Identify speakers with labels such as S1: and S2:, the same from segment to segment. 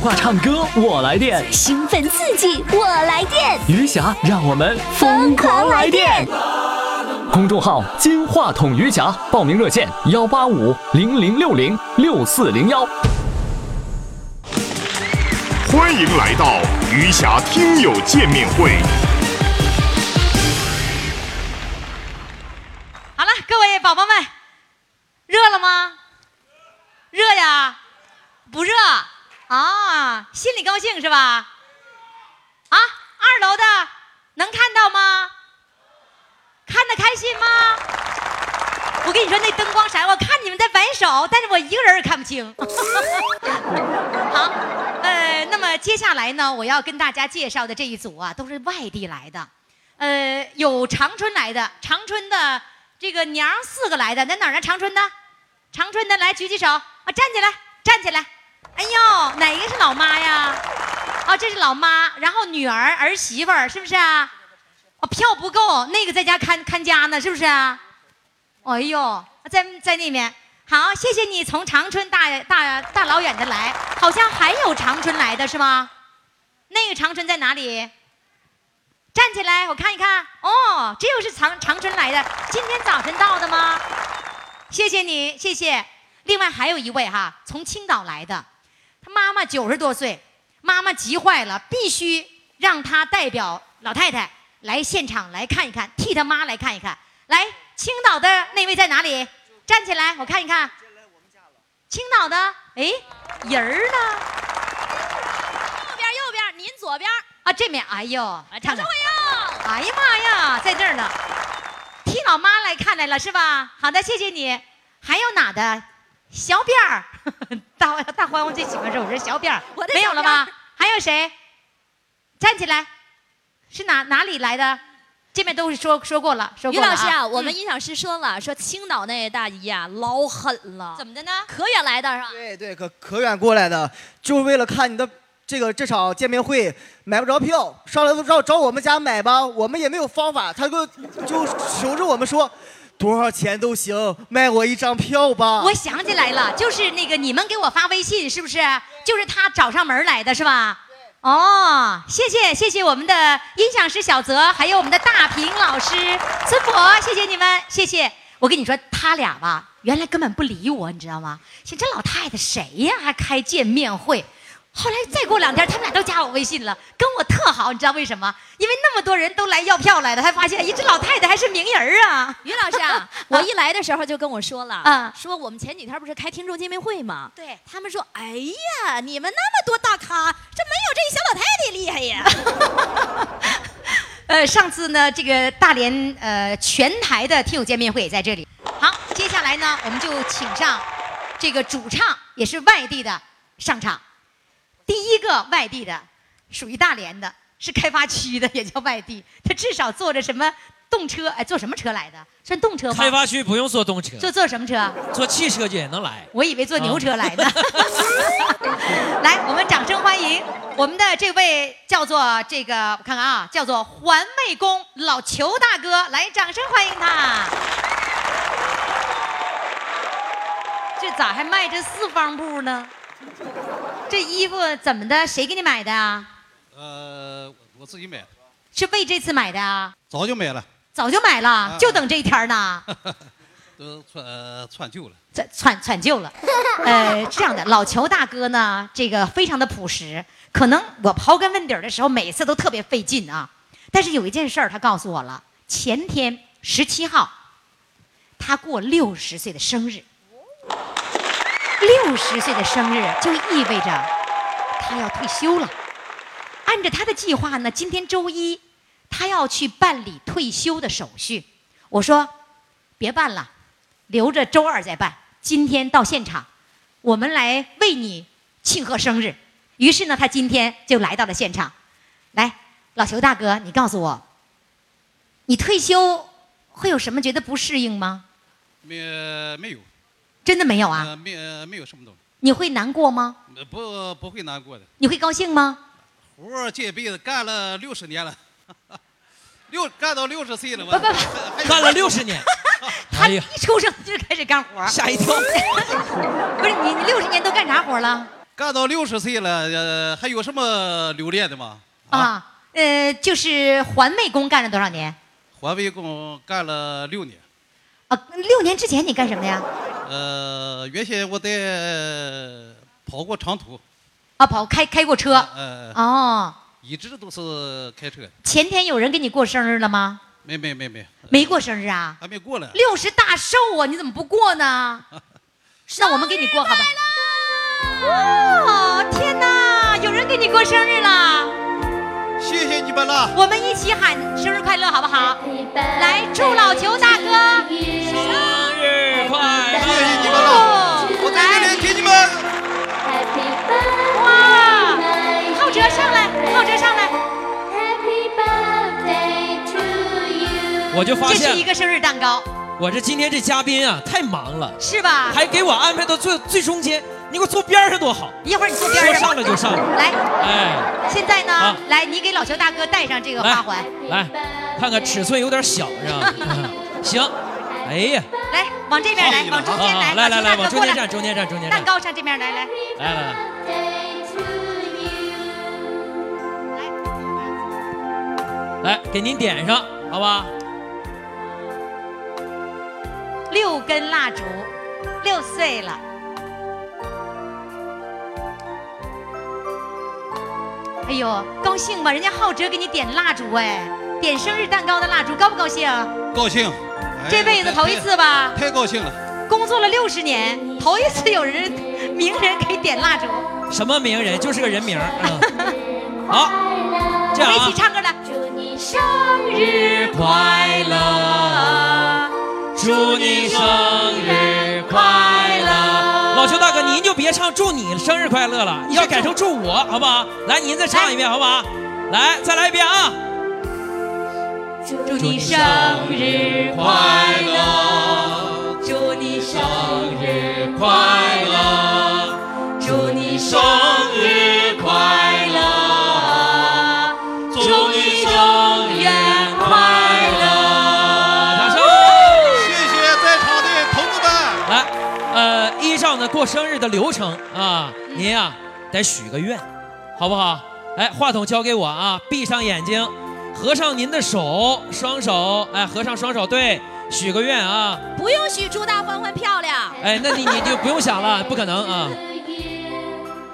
S1: 话唱歌我来电，
S2: 兴奋刺激，我来电，
S1: 余霞让我们
S2: 疯狂来电！
S1: 公众号“金话筒余霞”，报名热线：幺八五零零六零六四零幺。
S3: 欢迎来到余霞听友见面会。
S4: 好了，各位宝宝们，热了吗？热呀，不热啊？心里高兴是吧？啊，二楼的能看到吗？看得开心吗？我跟你说，那灯光闪，我看你们在摆手，但是我一个人也看不清。 好，呃，那么接下来呢，我要跟大家介绍的这一组啊，都是外地来的，呃，有长春来的，长春的这个娘儿四个来的，那哪儿呢？长春的，长春的来举起手啊，站起来，站起来。哎呦，哪个是老妈呀？啊，这是老妈，然后女儿、儿媳妇儿，是不是啊？哦，票不够，那个在家看看家呢，是不是啊？哎呦，在在那边。好，谢谢你从长春大大大老远的来，好像还有长春来的是吗？那个长春在哪里？站起来，我看一看。哦，这又是长长春来的，今天早晨到的吗？谢谢你，谢谢。另外还有一位哈，从青岛来的，他妈妈九十多岁，妈妈急坏了，必须让他代表老太太来现场来看一看，替他妈来看一看。来，青岛的那位在哪里？站起来，我看一看。青岛的，哎，人儿呢？
S5: 右边，右边，您左边。
S4: 啊，这面，哎呦，
S5: 掌
S4: 看
S5: 声
S4: 看，
S5: 欢迎！
S4: 哎呀妈呀，在这儿呢，替老妈来看来了是吧？好的，谢谢你。还有哪的？小辫儿， 大大欢我最喜欢是我这小辫儿，
S5: 我的
S4: 没有
S5: 小
S4: 了
S5: 辫儿
S4: 吧？还有谁？站起来，是哪哪里来的？这面都是说说过了，说
S5: 于
S4: 过了、
S5: 老
S4: 嗯
S5: 师啊，我们音响师说了，说青岛那大姨啊，老狠了，
S4: 怎
S5: 么
S4: 么的呢？
S5: 可远来的是吧？
S6: 对对，可可远过来的，就是为了看你的这个这场见面会，买不着票，上来都找找我们家买吧，我们也没有方法，他就就求着我们说，多少钱都行，卖我一张票吧。
S4: 我想起来了，就是那个你们给我发微信，是不是？就是他找上门来的，是吧？哦，谢谢谢谢我们的音响师小泽，还有我们的大平老师孙博，谢谢你们，谢谢。我跟你说，他俩吧，原来根本不理我，你知道吗？寻思这老太太谁呀，还开见面会？后来再过两天，他们俩都加我微信了，跟我特好，你知道为什么？因为那么多人都来要票来了，才发现，哎咦，这老太太还是名人儿啊！
S5: 于老师 啊，我一来的时候就跟我说了，
S4: 啊
S5: 说我们前几天不是开听众见面会吗？
S4: 对
S5: 他们说，哎呀，你们那么多大咖，这没有这小老太太厉害呀。
S4: 呃，上次呢，这个大连呃全台的听友见面会也在这里。好，接下来呢，我们就请上这个主唱，也是外地的上场。第一个外地的，属于大连的，是开发区的，也叫外地。他至少坐着什么动车？哎，坐什么车来的？算动车吗？
S7: 开发区不用坐动车，
S4: 坐坐什么车？
S7: 坐汽车就也能来。
S4: 我以为坐牛车来的。 来，我们掌声欢迎我们的这位叫做这个，我看看啊，叫做环卫工老裘大哥，来，掌声欢迎他。这咋还迈着四方步呢？这衣服怎么的？谁给你买的啊？
S8: 呃，我我自己买，
S4: 是为这次买的啊？
S8: 早就买了，
S4: 早就买了，就等这一天呢。
S8: 都穿、呃、穿旧了。
S4: 攒攒攒旧了。呃，是这样的，老裘大哥呢，这个非常的朴实，可能我刨根问底儿的时候，每次都特别费劲啊。但是有一件事儿，他告诉我了，前天十七号，他过六十岁的生日。六十岁的生日就意味着他要退休了。按照他的计划呢，今天周一他要去办理退休的手续。我说别办了，留着周二再办。今天到现场，我们来为你庆贺生日。于是呢，他今天就来到了现场。来，老裘大哥，你告诉我，你退休会有什么觉得不适应吗？
S8: 没没有，
S4: 真的没有啊？
S8: 呃，没呃没有什么东西，
S4: 你会难过吗？
S8: 呃不不会难过的。
S4: 你会高兴吗？
S8: 活儿这辈子干了六十年了， 六干到六十岁了，我
S4: 不不
S8: 还
S7: 干了六十 年，
S4: 他
S7: 哎
S4: 一
S7: 呀，
S4: 出生就开始干活儿，
S7: 吓一跳！
S4: 不是你，你六十年都干啥活儿了？
S8: 干到六十岁了，呃，还有什么留恋的吗？啊，
S4: 啊，呃，就是环卫工干了多少年？
S8: 环卫工干了六年，
S4: 啊，六年之前你干什么呀？
S8: 呃，原先我在跑过长途，
S4: 啊，跑开开过车。
S8: 呃，
S4: 哦，
S8: 一直都是开车的，
S4: 前天有人给你过生日了吗？
S8: 没没没没，
S4: 没过生日啊？
S8: 还没过来。
S4: 六十大寿啊，你怎么不 过呢？那我们给你过好吧？哇，天哪，有人给你过生日了！
S8: 谢谢你们啊了，
S4: 我们一起喊生日快乐，好不好？来，祝老裘大哥，
S7: 生日快
S8: 谢
S7: 乐！
S8: 谢你们了，我在这里给你们。
S4: 哇，浩哲上来，浩哲上来，
S7: 我就发
S4: 这是一
S7: 现，
S4: 个生日蛋糕，
S7: 我这今天这嘉宾啊，太忙了，
S4: 是吧？
S7: 还给我安排到最最中间，你给我坐边上多好，
S4: 一会儿你坐边
S7: 说
S4: 上吧
S7: 上来就上来。
S4: 来，
S7: 哎，
S4: 现在呢
S7: 好，
S4: 来，你给老裘大哥戴上这个花
S7: 来
S4: 环，
S7: 来，看看尺寸有点小是 吧？嗯行，哎呀，
S4: 来，往这边来，往中
S7: 好
S4: 间
S7: 好
S4: 来，
S7: 来来来，
S4: 老
S7: 往
S4: 裘
S7: 中间
S4: 大哥过
S7: 站，中间站，中
S4: 来，
S7: 间站，
S4: 蛋糕上这面来，来，
S7: 来来来，
S4: 来，
S7: 来给您点上，好吧？
S4: 六根蜡烛，六岁了，哎呦，高兴吧？人家浩哲给你点蜡烛，哎，点生日蛋糕的蜡烛，高不高兴？
S8: 高兴，哎
S4: 这辈子头一，次吧？
S8: 太太高兴了。
S4: 工作了六十年，头一次有人名人给点蜡烛，
S7: 什么名人？就是个人名儿。嗯，好，这
S4: 我
S7: 样
S4: 们一
S7: 啊
S4: 起，唱歌 来。
S2: 生日
S7: 快乐，祝你生日快乐。老邱大哥，您就别唱祝你生日快乐了，要改成祝我，好不好？来，您再唱一遍，好不好？来，再来一遍啊！
S4: 祝你生日
S7: 快
S4: 乐，祝你生日
S7: 快乐，
S4: 祝你生
S7: 日快
S4: 乐，
S7: 祝你生日
S4: 快乐。
S7: 掌声。
S8: 谢谢在场的同志们，
S7: 来，呃，依照呢过生日的流程啊，您呀、得许个愿，好不好？哎，话筒交给我啊，闭上眼睛，合上您的手，双手，哎，合上双手，对，许个愿啊。
S5: 不用许朱大欢欢漂亮，
S7: 哎，那你你就不用想了，不可能啊。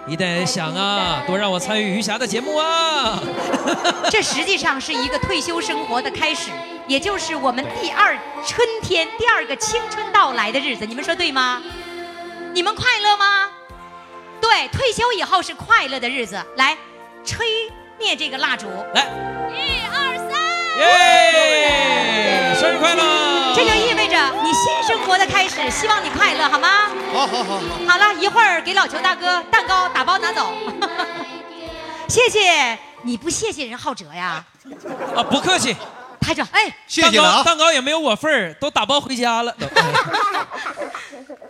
S7: 你得想啊，多让我参与余霞的节目啊。
S4: 这实际上是一个退休生活的开始，也就是我们第二春天、第二个青春到来的日子。你们说对吗？你们快乐吗？对，退休以后是快乐的日子。来，吹灭这个蜡烛，
S7: 来，
S5: 一二三，
S7: 耶，生日快乐！
S4: 这就意味着你新生活的开始。希望你快乐，好吗？
S8: 好好好好，
S4: 好了，一会儿给老裘大哥蛋糕打包拿走。 谢谢，你不谢谢人浩哲呀？
S7: 啊，不客气，
S4: 他说，哎，
S8: 谢谢了
S7: 蛋糕
S8: 啊，
S7: 蛋糕也没有我份儿，都打包回家了。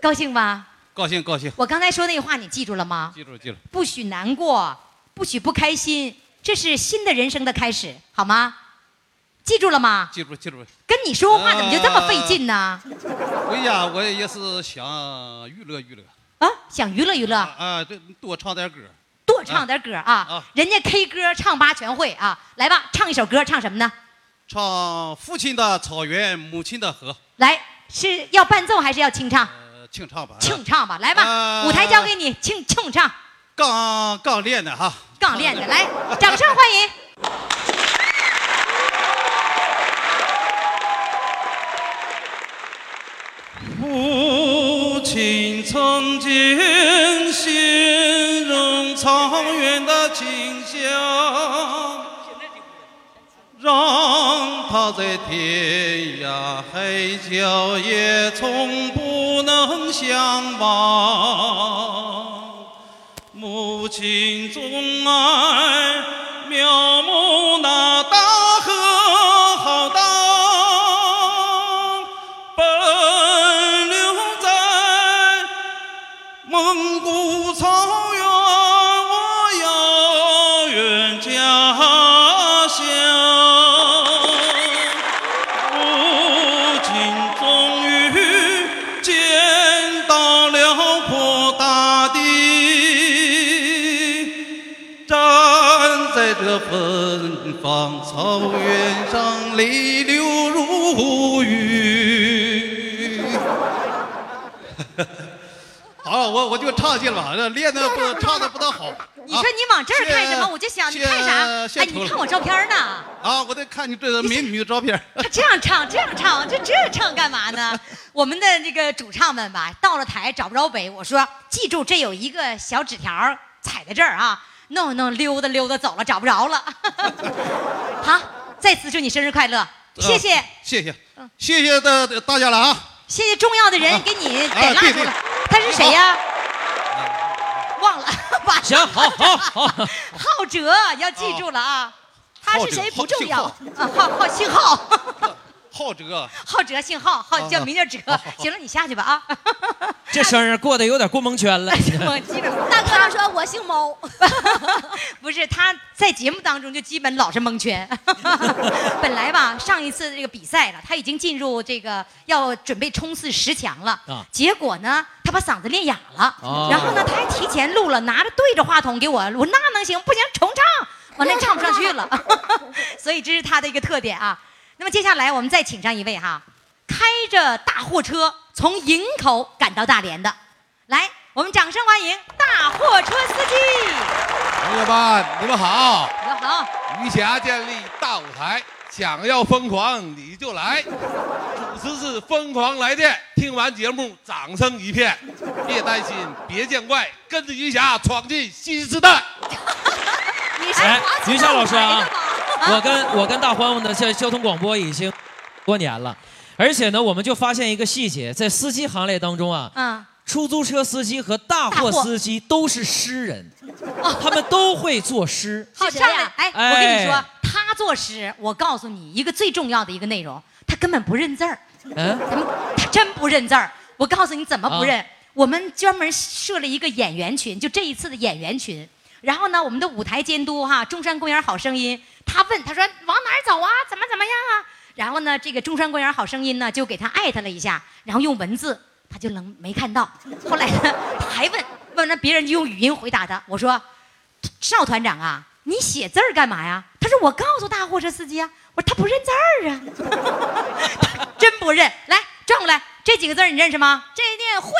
S4: 高兴吧？
S8: 高兴高兴，
S4: 我刚才说那话你记住了吗？
S8: 记住记住，
S4: 不许难过，不许不开心，这是新的人生的开始，好吗？记住了吗？
S8: 记住记住。
S4: 跟你说话怎么就这么费劲呢？
S8: 哎呀，我也是想娱乐娱乐
S4: 啊，想娱乐娱乐，
S8: 啊，对，多唱点歌。
S4: 多唱点歌啊
S8: 啊！
S4: 人家 K 歌唱吧全会啊，来吧，唱一首歌，唱什么呢？
S8: 唱父亲的草原，母亲的河，
S4: 来，是要伴奏还是要清唱？
S8: 呃，清唱吧。
S4: 清唱吧，来吧，
S8: 啊
S4: 舞台交给你，清清唱，
S8: 刚刚练的哈。
S4: 杠练的，来，掌声欢迎。
S9: 父亲曾经形容草原的景象，让他在天涯海角也从不能相忘。母亲钟爱苗木那大河浩荡，奔流在蒙古草原，我遥远家乡。如今终于见到了扩大地，了芬芳，草原上泪流如雨。
S8: 好了，我我就唱去了吧，这练的不唱的不大好。
S4: 你说你往这儿看什么？
S8: 啊
S4: 我就想你
S8: 谢
S4: 看啥？
S8: 谢
S4: 哎，
S8: 谢
S4: 你看我照片呢？
S8: 啊，我在看你这个美女的照片。
S4: 他这样唱，这样唱，这这唱干嘛呢？ 我们的那个主唱们吧，到了台找不着北，我说记住这有一个小纸条儿，踩在这儿啊，弄一弄溜达溜达走了，找不着了。 好，再次祝你生日快乐，谢谢、
S8: 啊谢谢，谢谢大大家了啊！
S4: 谢谢重要的人给你给拉
S8: 哎对
S4: 住
S8: 对
S4: 了，他是谁呀、忘了， 把
S7: 行，哎好好好，
S4: 浩哲要记住了啊，他是谁不重要
S8: 哦浩
S4: 啊，浩浩姓浩，
S8: 浩哲，
S4: 浩哲姓浩，浩
S8: 嗯
S4: 叫名叫哲。行了，你下去吧啊。
S7: 这生日过得有点过蒙圈了。
S4: 哎 我基本
S5: 大哥他说我姓猫，
S4: 不是他在节目当中就基本老是蒙圈。 本来吧，上一次这个比赛了，他已经进入这个要准备冲刺十强了。
S7: 啊
S4: 结果呢，他把嗓子练哑了。
S7: 哦
S4: 然后呢，他还提前录了，拿着对着话筒给我，我那能行？不行，重唱。完了，唱不上去了。所以这是他的一个特点啊。那么接下来我们再请上一位哈，开着大货车从营口赶到大连的，来，我们掌声欢迎大货车司机。
S10: 朋友们，你们好！
S4: 你好，
S10: 余霞建立大舞台，想要疯狂你就来。主持是疯狂来电，听完节目掌声一片。别担心，别见怪，跟着余霞闯进新时代。
S4: 你是
S7: 哎
S4: 华侨
S7: 云霄老师啊我
S4: 来的吗
S7: 跟我跟大欢欢呢，在交通广播已经多年了，而且呢，我们就发现一个细节，在司机行列当中啊，
S4: 嗯，
S7: 出租车司机和大货司机都是诗人，
S4: 哦，
S7: 他们都会作诗。
S4: 好
S5: 是
S4: 上
S5: 这
S4: 来
S5: 样，
S4: 哎，
S7: 哎
S4: 我跟你说，他作诗，我告诉你一个最重要的一个内容，他根本不认字儿，
S7: 嗯，
S4: 他们他真不认字儿。我告诉你怎么不认，
S7: 啊
S4: 我们专门设了一个演员群，就这一次的演员群。然后呢，我们的舞台监督哈，中山公园好声音，他问他说往哪儿走啊，怎么怎么样啊？然后呢，这个中山公园好声音呢就给他艾特了一下，然后用文字，他就能没看到。后来呢，他还问问了别人就用语音回答他，我说邵团长啊，你写字儿干嘛呀？他说我告诉大货车司机啊，我说他不认字儿啊。真不认。来，转过来，这几个字儿你认识吗？
S5: 这念会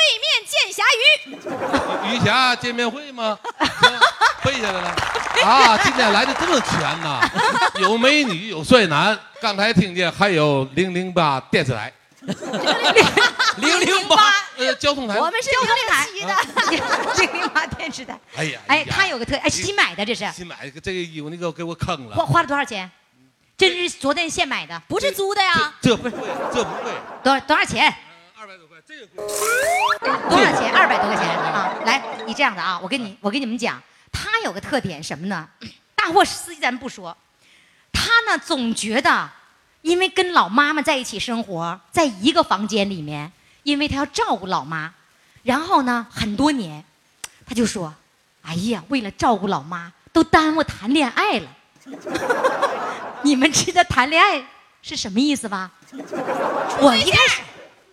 S5: 面见侠鱼，
S10: 余霞见面会吗？背下来了。啊，今天来的这么全呐、有美女，有帅男，刚才听见还有零零八电视台，
S7: 零零八，
S10: 呃，交通台。
S5: 我们是
S4: 交
S5: 零
S4: 通台
S5: 零七的。
S4: 零零八电视台。
S10: 哎呀，
S4: 哎，
S10: 余霞
S4: 他有个特，哎，是新买的，这是
S10: 新买的这个衣服，那个给我坑了。
S4: 花花了多少钱？这是昨天现买的，
S5: 不是租的呀，
S10: 这不贵，这不贵，
S4: 多多少钱？
S10: 二百多块，这个贵。
S4: 多少钱？二百多块钱啊！来，你这样的啊，我跟你我跟你们讲，他有个特点什么呢？大货司机咱不说，他呢总觉得，因为跟老妈妈在一起生活，在一个房间里面，因为他要照顾老妈，然后呢很多年，他就说，哎呀，为了照顾老妈，都耽误谈恋爱了。你们知道谈恋爱是什么意思吧？我一开始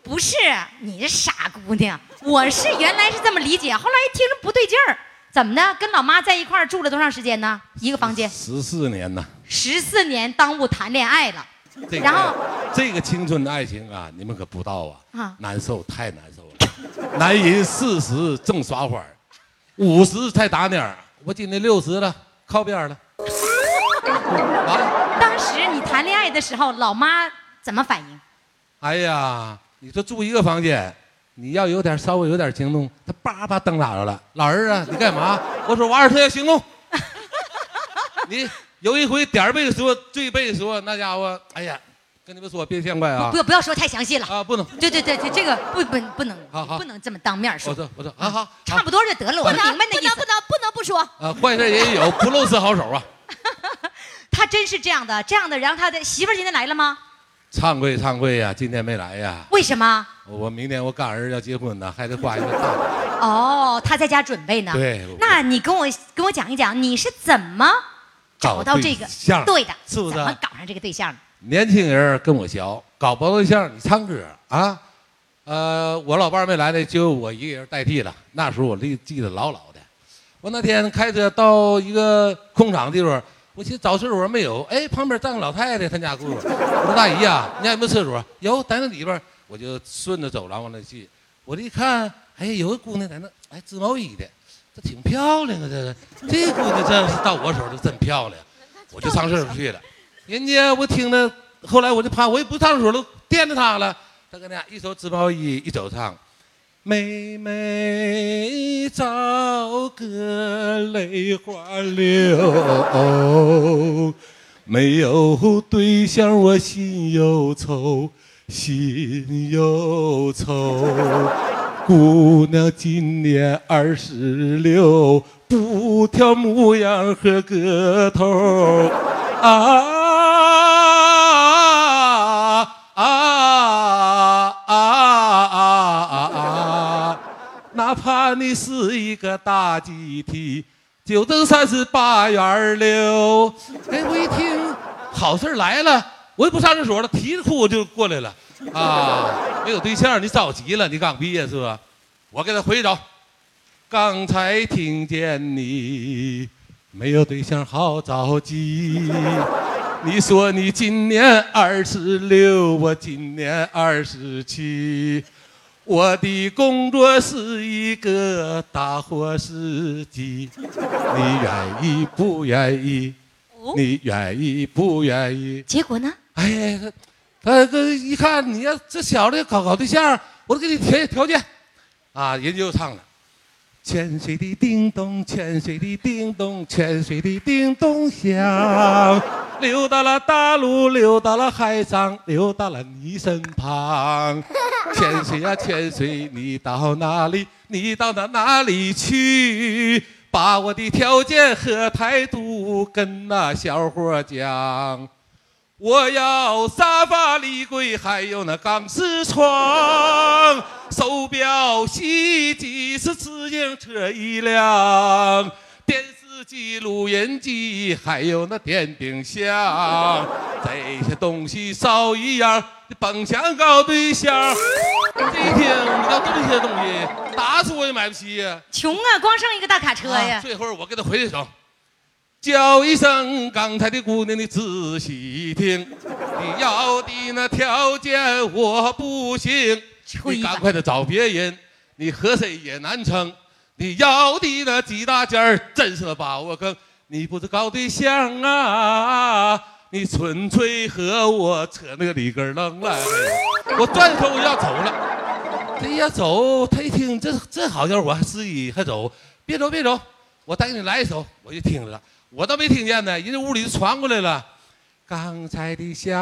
S4: 不是，你这傻姑娘，我是原来是这么理解，后来一听着不对劲儿，怎么的？跟老妈在一块儿住了多长时间呢？一个房间，
S10: 十四年呐，
S4: 十四年，耽误谈恋爱了。
S10: 这个
S4: 然后
S10: 这个青春的爱情啊，你们可不知道啊，
S4: 啊
S10: 难受太难受了。男人四十正耍欢儿，五十才打鸟儿。我今年六十了，靠边儿了。啊，
S4: 当时你谈恋爱的时候，老妈怎么反应？
S10: 哎呀，你说住一个房间，你要有点稍微有点行动，他叭叭蹬喇叭了。老儿啊，你干嘛？我说我二特要行 动。你有一回点儿背说，最背说，那家伙，哎呀，跟你们说别见怪啊
S4: 不不不要说太详细了。
S10: 啊，不能。
S4: 对对对对，这个不不不能
S10: 好好
S4: 不能这么当面说
S10: 我，这我这啊好，好
S4: 差不多就得了。我
S5: 不
S4: 明
S5: 能
S4: 白
S5: 不
S4: 那意
S5: 能不。
S4: 思
S5: 能不能不说，
S10: 啊，坏事也有，不露是好手啊。
S4: 他真是这样的，这样的。然后他的媳妇儿今天来了吗？
S10: 惭愧惭愧呀、今天没来呀、
S4: 为什么？
S10: 我明天我干儿要结婚呢，还得花一个大礼。
S4: 哦，他在家准备呢。
S10: 对
S4: 那你跟我跟我讲一讲，你是怎么找到这个
S10: 搞对象
S4: 对的，
S10: 是不是啊
S4: 怎么搞上这个对象的？
S10: 年轻人跟我学，搞不到对象你唱歌啊。呃，我老伴儿没来呢，就我一个人代替了。那时候我记记得牢牢的。我那天开车到一个空场地方，我寻思找厕所没有，哎，旁边站个老太太，她家雇我，我说大姨呀、你家有没有厕所？有，在那里边儿。我就顺着走廊往那去，我这一看，哎呀，有个姑娘在那，哎，织毛衣的，这挺漂亮啊，这个这姑娘这要是到我手就真漂亮，我就上厕所去了。人家我听着，后来我就怕我也不上厕所了，惦着她了。她搁那一手织毛衣，一手唱，妹妹找个泪花流，没有对象我心忧愁，心忧愁。姑娘今年二十六，不挑模样和个头啊啊啊啊啊啊！哪怕你是一个大集体，九正三十八元儿六。哎，我一听，好事儿来了，我也不上厕所了，提着裤子就过来了。啊，没有对象，你着急了，你刚毕业是吧？我给他回找。刚才听见你没有对象，好着急。你说你今年二十六，我今年二十七。我的工作是一个打火司机，你愿意不愿意？你愿意不愿意？
S5: 哦结果呢？
S10: 哎呀，他他这一看你要这小子搞搞对象，我就给你提条件啊，人家又唱了。泉水的叮咚，泉水的叮咚，泉水的叮咚响，溜达了大路，溜达了海上，溜达了你身旁。潜水呀、潜水，你到哪里？你到哪哪里去？把我的条件和态度跟那小伙儿讲。我要沙发、立柜，还有那钢丝床，手表、洗衣机是自行车一辆，电视机、录音机，还有那电冰箱，这些东西少一样，你甭想搞对象。这一听，你要这些东西，打死我也买不起呀、
S4: 穷啊，光剩一个大卡车
S10: 啊！
S4: 呀
S10: 最后我给他回一首，叫一声刚才的姑娘，你仔细听，你要的那条件我不行，你赶快的找别人，你和谁也难成。你要的那几大件儿，真是把我坑。你不是搞对象啊，你纯粹和我扯那个里根儿楞了。我转头我要走了。这一哎走，他一听这这好家伙，我还司仪还走，别走别走，我再给你来一首，我就听着了，我倒没听见呢，人家屋里就传过来了。刚才的小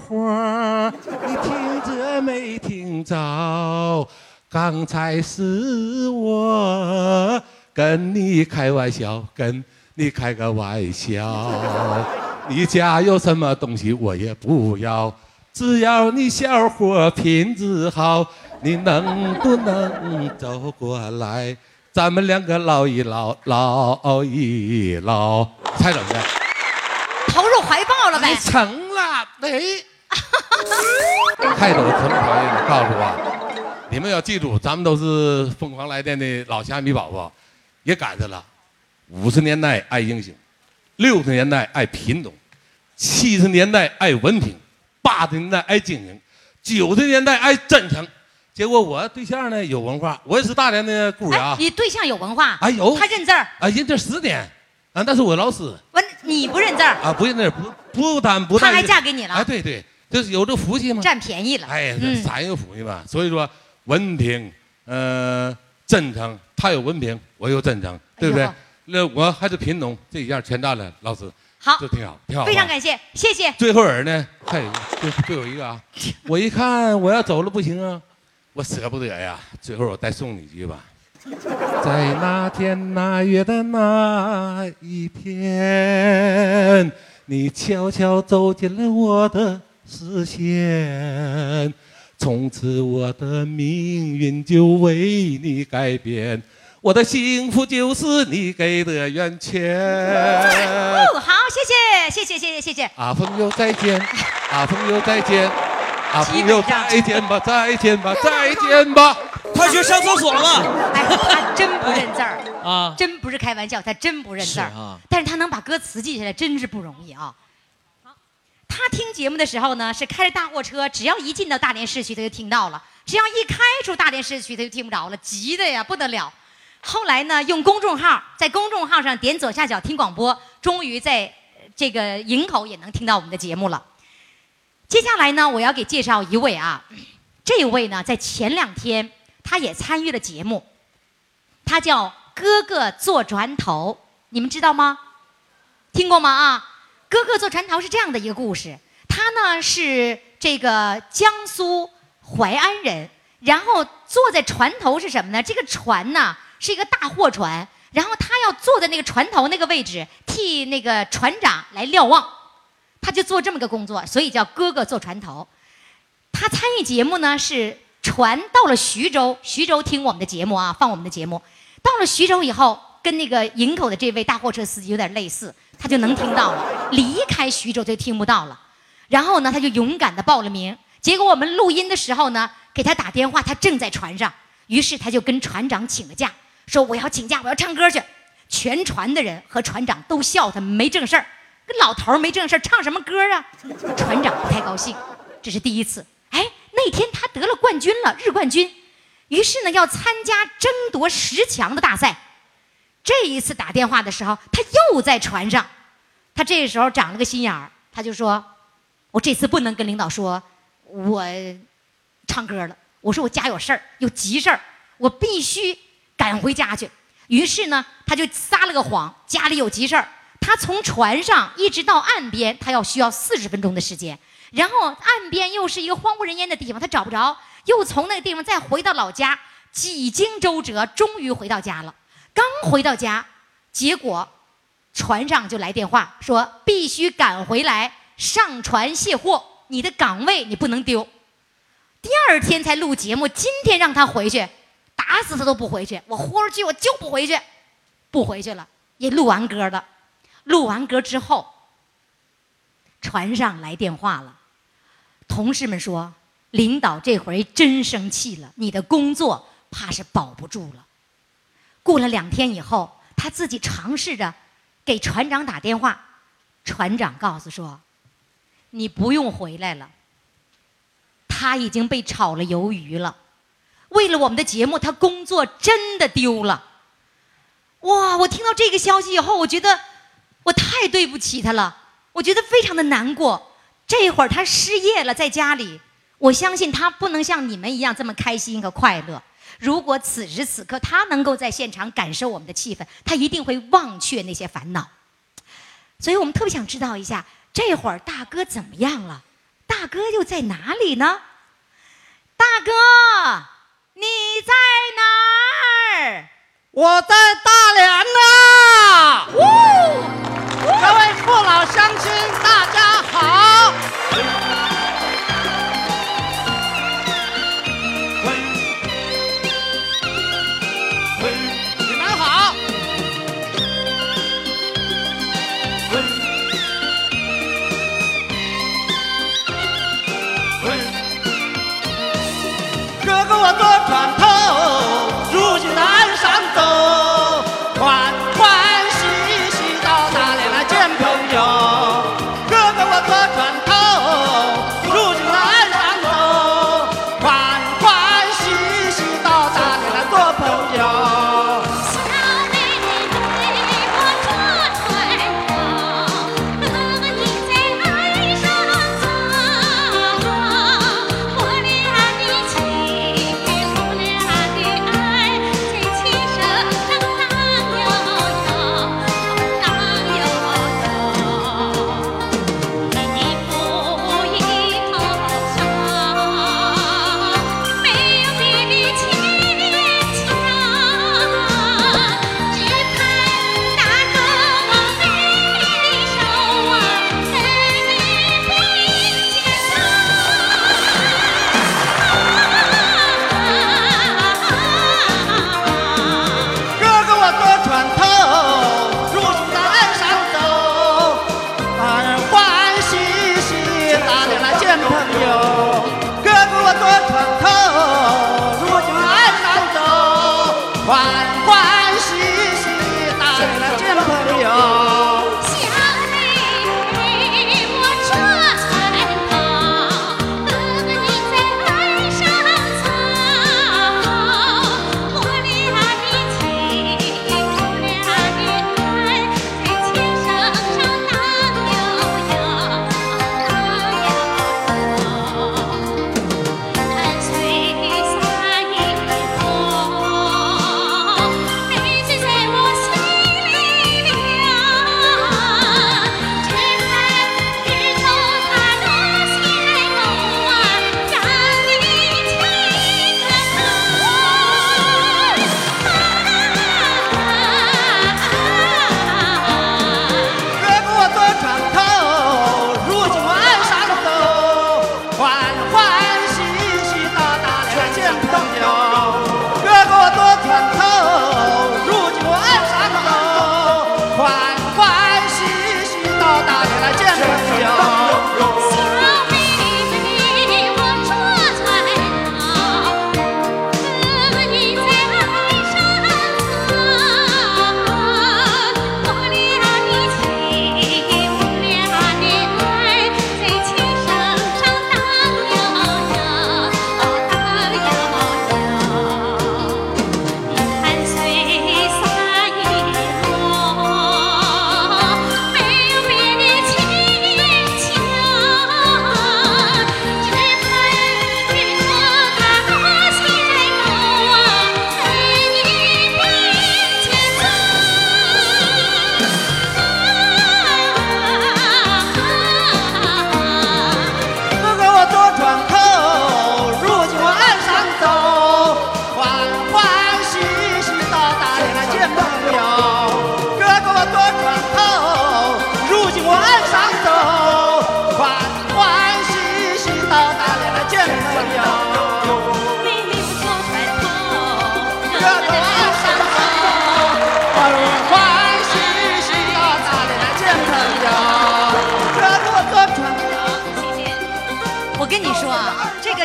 S10: 伙儿，你听着没听着？刚才是我跟你开玩笑，跟你开个玩笑。你家有什么东西我也不要，只要你小伙品质好。你能不能走过来？咱们两个唠一唠，唠一唠，猜怎么的？
S4: 投入怀抱了呗。
S10: 成了，
S11: 哎
S10: 喂、太懂什么行业了？告诉我，你们要记住，咱们都是疯狂来电的老虾米宝宝，也赶上了。五十年代爱英雄，六十年代爱品种，七十年代爱文凭，八十年代爱经营，九十年代爱真诚。结果我对象呢有文化，我也是大连的姑爷啊，
S4: 你对象有文化，
S10: 哎有
S4: 他认字儿，
S10: 啊，人家十年，啊，那是我老师。
S4: 完你不认字儿，
S10: 啊，不是那不不单不
S4: 他
S10: 带
S4: 还
S10: 这
S4: 嫁给你了
S10: 哎，对对，就是有这福气嘛，
S4: 占便宜了。
S10: 哎，
S4: 嗯
S10: 咱有福气嘛。所以说，文凭，呃，真诚，他有文凭，我有真诚，对不对
S4: 哎？
S10: 那我还是贫农，这一样全占了，老师。
S4: 好
S10: 这挺好，挺好吧。
S4: 非常感谢，谢谢。
S10: 最后人呢，还有一个，最最后一个啊，我一看我要走了不行啊，我舍不得呀，最后我再送你一句吧。在那天那月的那一天，你悄悄走进了我的视线，从此我的命运就为你改变，我的幸福就是你给的源泉。
S4: 哦，好，谢谢，谢谢，谢谢，谢谢。
S10: 啊，朋友再见，啊，朋友再见，啊，朋友再见吧，再见吧，再见吧，
S7: 快去上厕所吧。
S4: 哎，他真不认字儿
S7: 啊
S4: 真不是开玩笑，他真不认字儿
S7: 是啊
S4: 但是他能把歌词记下来，真是不容易啊。他听节目的时候呢，是开着大货车，只要一进到大连市区，他就听到了；只要一开出大连市区，他就听不着了，急的呀不得了。后来呢，用公众号，在公众号上点左下角听广播，终于在呃这个营口也能听到我们的节目了。接下来呢，我要给介绍一位啊，这位呢，在前两天他也参与了节目，他叫哥哥坐船头，你们知道吗？听过吗？啊，哥哥坐船头是这样的一个故事，他呢是这个江苏淮安人，然后坐在船头是什么呢？这个船呐是一个大货船，然后他要坐在那个船头那个位置，替那个船长来瞭望，他就做这么个工作，所以叫哥哥坐船头。他参与节目呢是船到了徐州，徐州听我们的节目啊，放我们的节目。到了徐州以后，跟那个营口的这位大货车司机有点类似，他就能听到了。离开徐州就听不到了。然后呢，他就勇敢的报了名。结果我们录音的时候呢，给他打电话，他正在船上，于是他就跟船长请了假，说我要请假，我要唱歌去。全船的人和船长都笑他没正事儿，跟老头儿没正事儿，唱什么歌啊？船长不太高兴，这是第一次。哎，那天他得了冠军了，日冠军。于是呢，要参加争夺十强的大赛。这一次打电话的时候，他又在船上。他这时候长了个心眼儿，他就说：“我这次不能跟领导说我唱歌了，我说我家有事儿，有急事儿，我必须赶回家去。”于是呢，他就撒了个谎，家里有急事儿。他从船上一直到岸边，他要需要四十分钟的时间。然后岸边又是一个荒无人烟的地方，他找不着，又从那个地方再回到老家，几经周折，终于回到家了。刚回到家，结果船上就来电话说必须赶回来上船卸货，你的岗位你不能丢。第二天才录节目，今天让他回去，打死他都不回去。我豁出去，我就不回去，不回去了。也录完歌了，录完歌之后，船上来电话了，同事们说，领导这回真生气了，你的工作怕是保不住了。过了两天以后，他自己尝试着给船长打电话，船长告诉说：“你不用回来了，他已经被炒了鱿鱼了。为了我们的节目，他工作真的丢了。”哇！我听到这个消息以后，我觉得我太对不起他了，我觉得非常的难过。这会儿他失业了，在家里，我相信他不能像你们一样这么开心和快乐。如果此时此刻他能够在现场感受我们的气氛，他一定会忘却那些烦恼。所以我们特别想知道一下，这会儿大哥怎么样了？大哥又在哪里呢？大哥，你在哪儿？
S11: 我在大连呐！啊各位父老乡亲，大家好！你们好！哥哥我坐船头，如今南山走，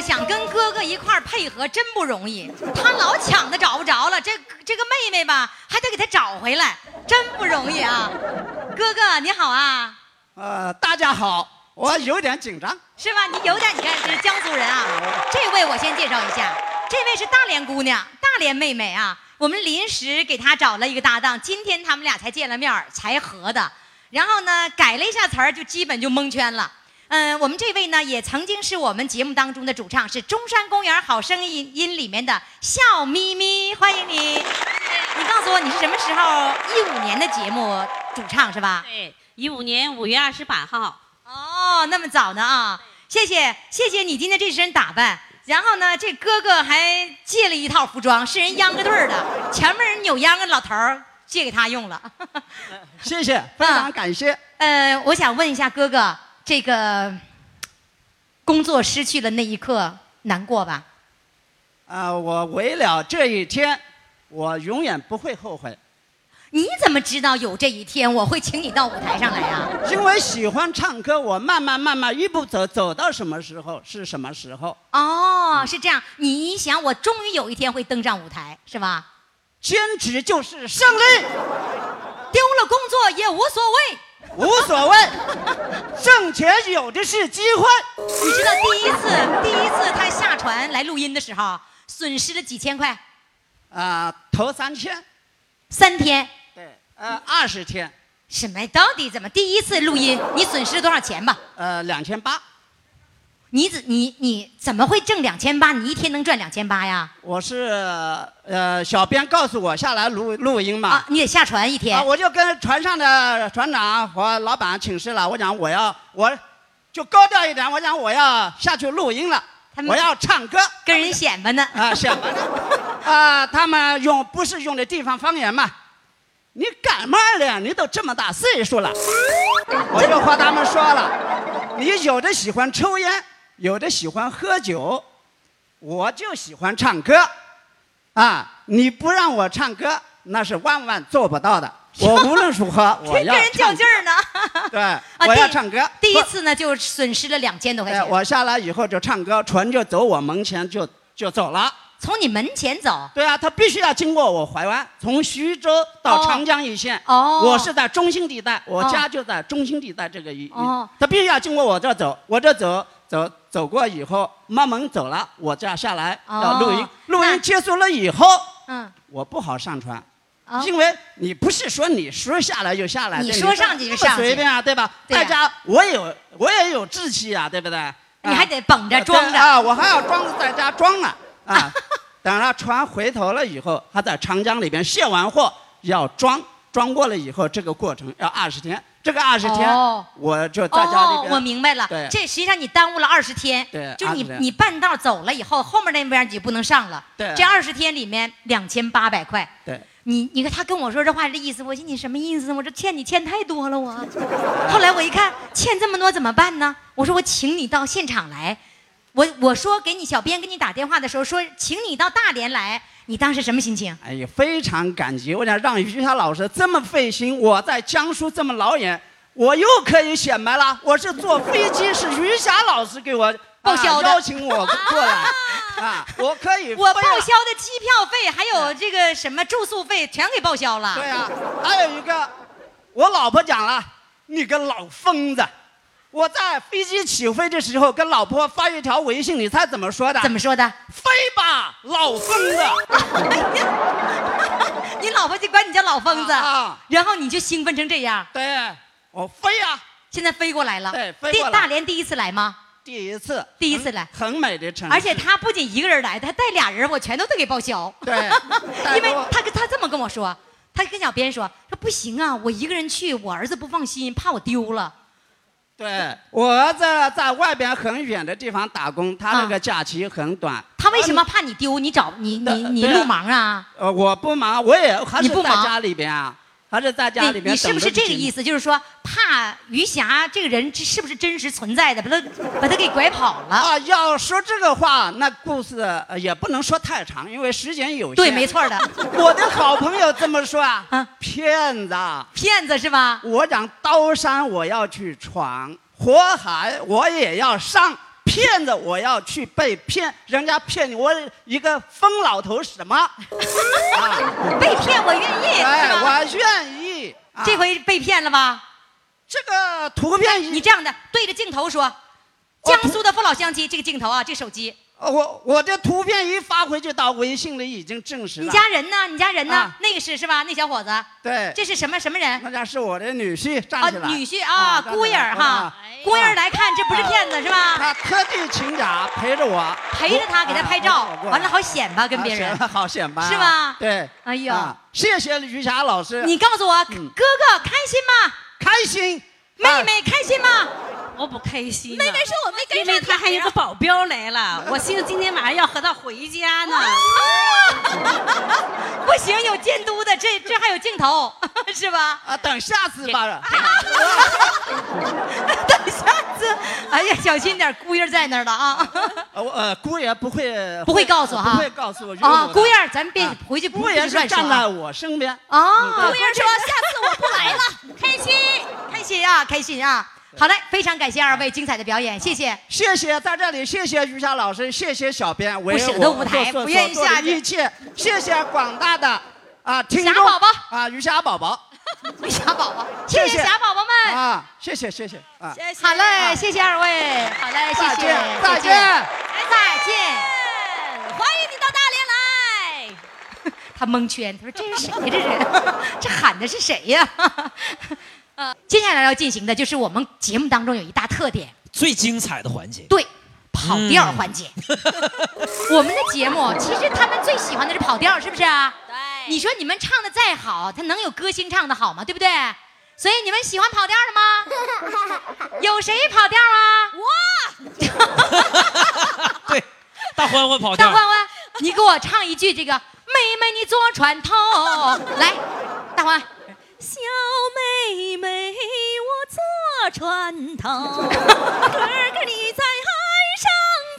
S4: 想跟哥哥一块儿配合真不容易，他老抢的找不着了，这这个妹妹吧还得给他找回来，真不容易啊！哥哥你好啊，
S11: 呃，大家好，我有点紧张。
S4: 是吧？你有点，你看这是江苏人啊。这位我先介绍一下，这位是大连姑娘，大连妹妹啊。我们临时给她找了一个搭档，今天他们俩才见了面儿，才合的。然后呢，改了一下词儿，就基本就蒙圈了。嗯，我们这位呢，也曾经是我们节目当中的主唱，是《中山公园好声音》音里面的笑眯眯，欢迎你。你告诉我，你是什么时候一五年的节目主唱是吧？
S12: 对，一五年五月二十八号。
S4: 哦，那么早呢啊！谢谢谢谢你今天这身打扮。然后呢，这哥哥还借了一套服装，是人秧歌队儿的，前面人扭秧歌老头儿借给他用了。
S11: 谢谢，非
S13: 啊
S11: 常感谢。
S4: 呃，我想问一下哥哥，这个工作失去了那一刻，难过吧？
S11: 啊、我为了这一天，我永远不会后悔，
S4: 你怎么知道有这一天我会请你到舞台上来啊？
S11: 因为喜欢唱歌，我慢慢慢慢一步走，走到什么时候是什么时候。
S4: 哦，是这样，你一想，我终于有一天会登上舞台，是吧？
S11: 坚持就是胜利，
S4: 丢了工作也无所谓。
S11: 无所谓，挣钱有的是机会。
S4: 你知道第一次，第一次他下船来录音的时候，损失了几千块，
S11: 啊、头三千，
S4: 三天，
S11: 对，呃，二十天，
S4: 什么？到底怎么？第一次录音，你损失了多少钱吧？
S11: 呃，两千八。
S4: 你怎你你怎么会挣两千八？你一天能赚两千八呀？
S11: 我是呃，小编告诉我下来录录音嘛。
S4: 你得下船一天。
S11: 啊，我就跟船上的船长和老板请示了，我讲我要我就高调一点，我讲我要下去录音了，
S4: 们
S11: 我要唱歌，
S4: 跟人显摆呢。
S11: 啊，显 摆呢。啊，他们用不是用的地方方言嘛？你感冒了，你都这么大岁数了，我就和他们说了，你有的喜欢抽烟，有的喜欢喝酒，我就喜欢唱歌，啊，你不让我唱歌，那是万万做不到的。 我无论如何， 我
S4: 跟
S11: 要
S4: 人较
S11: 唱
S4: 劲，儿呢。
S11: 对，
S4: 啊
S11: 我要
S4: 第
S11: 唱歌。
S4: 第一次呢，就损失了两千多块
S11: 哎，
S4: 钱。
S11: 我下来以后就唱歌，船就走我门前就就走了。
S4: 从你门前走？
S11: 对啊，他必须要经过我怀湾，从徐州
S4: 哦
S11: 到长江一线。
S4: 哦
S11: 我是在中心地带，我
S4: 哦
S11: 家就在中心地带这个一。
S4: 哦
S11: 他必须要经过我这儿走，我这儿走走走过以后，慢慢走了，我这儿下来
S4: 哦
S11: 要录音。录音结束了以后，
S4: 嗯，
S11: 我不好上传。
S4: 哦
S11: 因为你不是说你说下来就下来，
S4: 你
S11: 对
S4: 说
S11: 不
S4: 上去就上去
S11: 不随便啊，对吧？
S4: 对啊
S11: 大家我有我也有志气啊，对不对？
S4: 你还得绷着
S11: 啊
S4: 装着
S11: 对啊，我还要装着在家装呢啊！等他船回头了以后，他在长江里边卸完货，要装装过了以后，这个过程要二十天，这个二十天、
S4: 哦
S11: 我就在家里边。
S4: 我明白了
S11: 对，
S4: 这实际上你耽误了二十天。
S11: 对
S4: 就是你
S11: 20天
S4: 你半道走了以后，后面那边你就不能上了。
S11: 对
S4: 这二十天里面两千八百块。
S11: 对，
S4: 你你看他跟我说这话这意思，我寻思你什么意思？我这欠你欠太多了我。 后来我一看欠这么多怎么办呢？我说我请你到现场来，我我说给你小编给你打电话的时候说请你到大连来，你当时什么心情？
S11: 哎呀，非常感激！我想让于霞老师这么费心，我在江苏这么老远，我又可以显摆了。我是坐飞机，是于霞老师给我
S4: 报销
S11: 啊
S4: 的
S11: 邀请我过来啊，我可 以
S4: 我
S11: 飞
S4: 报
S11: 了
S4: 销的机票费还有这个什么住宿费全给报销了。
S11: 对啊，还有一个，我老婆讲了，你个老疯子！我在飞机起飞的时候跟老婆发一条微信，你猜怎么说的？
S4: 怎么说的？
S11: 飞吧，老疯子！
S4: 你老婆就管你叫老疯子，
S11: 啊
S4: 然后你就兴奋成这样。
S11: 对，我飞呀、
S4: 现在飞过来了。
S11: 对飞
S4: 第
S11: 过来
S4: 大连第一次来吗？
S11: 第一次，嗯
S4: 第一次来。
S11: 很美的城市，
S4: 而且他不仅一个人来，他带俩人，我全都得给报销。
S11: 对
S4: 因为他跟他这么跟我说，他跟小编说说不行啊，我一个人去，我儿子不放心，怕我丢了。
S11: 对我儿子在外边很远的地方打工，他那个假期很短。
S4: 他为什么怕你丢？你找你你你
S11: 啊对啊
S4: 路盲啊？
S11: 呃，我不忙，我也还
S4: 你
S11: 是
S4: 不
S11: 在
S4: 忙
S11: 家里边啊，还是在家里
S4: 你
S11: 边。
S4: 你是不是这个意
S11: 思？
S4: 思？就是说怕于霞这个人这是不是真实存在的，把他 把他给拐跑了？
S11: 啊，要说这个话，那故事呃也不能说太长，因为时间有限。
S4: 对，没。错的，
S11: 我的好朋友这么说啊，骗子啊，
S4: 骗子是吧？
S11: 我讲刀山我要去闯，火海我也要上，骗骗子我要去被骗，人家骗你，我一个疯老头 什么？啊
S4: 被骗我愿意，
S11: 哎
S4: 是吧
S11: 我愿意。啊
S4: 这回被骗了吧？
S11: 这个图片，哦
S4: 你这样的对着镜头说，江苏的父老乡亲，这个镜头啊，这手机，
S11: 呃我我的图片一发回去到微信里已经证实了。
S4: 你家人呢？你家人呢
S11: 啊？
S4: 那个是是吧？那小伙子，
S11: 对
S4: 这是什么什么人？
S11: 那家是我的女婿，
S4: 啊
S11: 站起来。，
S4: 女婿啊，
S11: 站起来
S4: 姑爷儿哈
S11: 啊，
S4: 姑爷儿来看，这不是骗子是吧？
S11: 他特地请假陪着我，
S4: 陪着他给他拍照，完了好显摆跟别人。
S11: 啊好显摆啊，
S4: 是吧
S11: 对，
S4: 哎呦
S11: 啊谢谢于霞老师，嗯
S4: 你告诉我，哥哥开心吗？
S11: 开心。
S4: 妹妹开心吗？
S12: 我不开
S4: 啊
S12: 心、
S5: 妹妹说我没跟
S12: 因为
S5: 上
S12: 他
S5: 你
S12: 还有个保镖来 了，我寻思今天晚上要和他回家呢。
S4: 不行，有监督的，这这还有镜头， 是吧？
S11: 啊，等下次吧。
S4: 等下次，哎呀，小心点，姑爷在那儿了啊！
S11: 呃，我呃，姑爷不会
S4: 不会告诉哈，
S11: 不会告诉我
S4: 啊，姑爷
S11: 爷，
S4: 儿，咱别回去不
S11: 姑爷
S4: 不乱
S11: 是站
S4: 说
S11: 在
S4: 啊
S11: 我身边。嗯
S4: 啊，
S11: 姑爷
S4: 说下次我不来了， 开心，开心啊，开心啊！好嘞，非常感谢二位精彩的表演，谢谢。
S11: 谢谢在这里，谢谢于霞老师，谢谢小编，为
S4: 舍
S11: 我
S4: 得舞台
S11: 做做
S4: 不愿意
S11: 做的
S4: 下去
S11: 一切，谢谢广大的啊听众
S4: 霞宝宝
S11: 啊于霞宝宝，
S4: 霞宝宝，
S11: 谢
S4: 谢谢霞宝宝们
S11: 啊，谢谢谢谢啊，
S4: 好嘞，谢谢二位，好嘞，谢
S11: 再
S4: 谢
S11: 见，再见，
S4: 再见，欢迎你到大连来。他蒙圈，他说这是谁呀？这 是这喊的是谁呀？ 呃，接下来要进行的就是我们节目当中有一大特点，
S7: 最精彩的环节，
S4: 对，跑调环节。
S7: 嗯
S4: 我们的节目其实他们最喜欢的是跑调，是不是啊？对。你说你们唱的再好，他能有歌星唱的好吗？对不对？所以你们喜欢跑调的 吗？有谁跑调啊？我。
S7: 大欢欢跑调
S4: 大欢欢，你给我唱一句这个“妹妹你坐船头”，来，大欢。
S14: 小妹妹，我坐船头，哥哥你在海上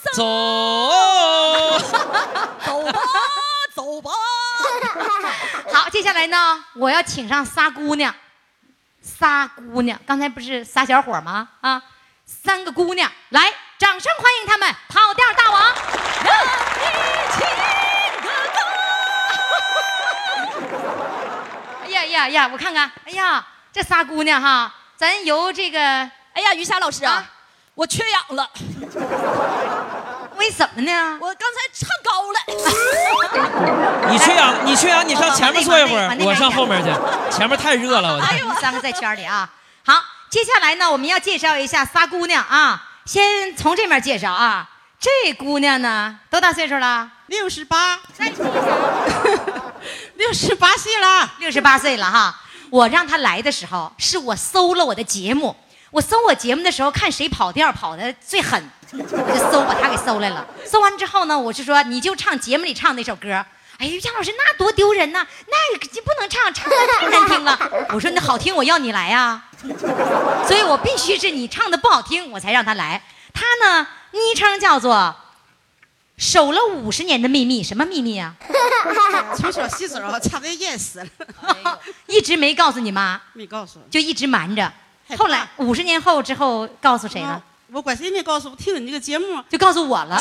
S14: 走，
S7: 走，
S14: 走吧，走吧。
S4: 好，接下来呢，我要请上仨姑娘，仨姑娘，刚才不是仨小伙吗？啊，三个姑娘，来，掌声欢迎她们，跑调大王。 哎呀呀呀！我看看，哎呀，这仨姑娘哈，咱由这个，哎呀，于霞老师啊，我缺氧了，为什么呢？
S14: 我刚才唱高了，
S7: 你缺氧，你缺氧，你上前面坐一会儿，我上后面去，前面太热了，我
S4: 哎
S7: 天。
S4: 呦，三个在圈里啊。好，接下来呢，我们要介绍一下仨姑娘啊，先从这面介绍啊。这姑娘呢，多大岁数了？
S15: 六十八， 六十八岁了，
S4: 六十八岁了哈。我让她来的时候，是我搜了我的节目，我搜我节目的时候，看谁跑调跑的最狠，我就搜把她给搜来了。搜完之后呢，我是说你就唱节目里唱那首歌。哎呀，杨老师那多丢人呐、那个就不能唱，唱的太难听了。我说那好听，我要你来啊呀、所以我必须是你唱的不好听，我才让他来。他呢，昵称叫做“守了五十年的秘密”，什么秘密 啊？
S15: 从小细手差点淹死了，
S4: 一直没告诉你妈，
S15: 没告诉我。
S4: 就一直瞒着。后来五十年后之后，告诉谁了？
S15: 我管谁没告诉我，听你这个节目哎
S4: 就告诉我了，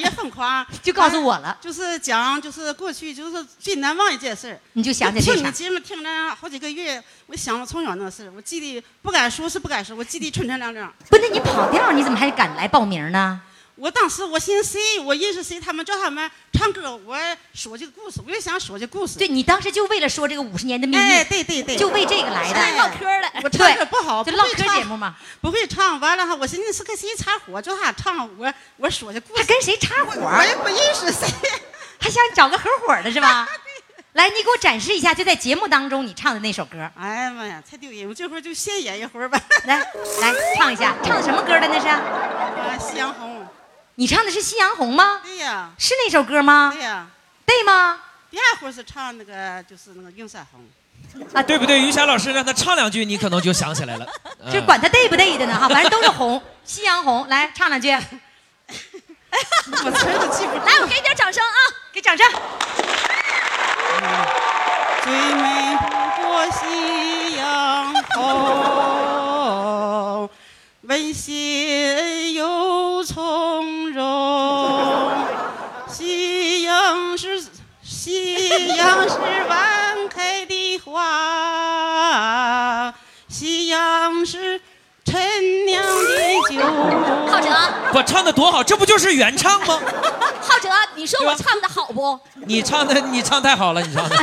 S15: 也疯狂，
S4: 就告诉我了
S15: 啊就是讲就是过去就是最难忘一件事儿
S4: 你就想起这
S15: 我听
S4: 啥
S15: 你节目听了好几个月，我想我从小那事儿，我记得不敢说是不敢说，我记得纯纯亮亮。
S4: 不是你跑调，你怎么还敢来报名呢？
S15: 我当时我寻思谁，我认识谁，他们叫他们唱歌，我说这个故事，我就想说这故事。
S4: 对你当时就为了说这个五十年的秘密，
S15: 哎，对对对，
S4: 就为这个来的，
S15: 哎我唱歌不好，
S4: 对
S15: 不
S4: 就唠
S15: 会
S4: 嗑
S15: 唱
S4: 节目嘛。
S15: 不会唱，完了哈，我寻思是跟谁插火，就他唱我，我说这故事。他
S4: 跟谁插火啊
S15: 我也不认识谁，
S4: 还想找个合伙的是 吧？来，你给我展示一下，就在节目当中你唱的那首歌，
S15: 哎呀妈呀，太丢人！我这会儿就先演一会儿吧。
S4: 来来唱一下，唱的什么歌的那是？
S15: 啊，夕阳红。
S4: 你唱的是《夕阳红》吗？
S15: 对哎呀。
S4: 是那首歌吗？
S15: 对呀。
S4: 对吗？
S15: 第二回是唱那个，就是那个《映山 红》。
S4: 哎
S7: 对不对？于霞老师让他唱两句，你可能就想起来了。
S4: 就管他对不对的呢哈，反正都是红， 《夕阳红》来唱两句。
S15: 我词都记不住。
S4: 来，我给你点掌声啊，给掌声。
S15: 最美不过夕阳红，温馨又夕阳是晚开的花，夕阳是陈酿的酒。
S5: 浩哲，
S7: 我唱的多好，这不就是原唱 吗？
S5: 浩哲，你说我唱的好不？
S7: 你唱的，你唱太好了，你唱的。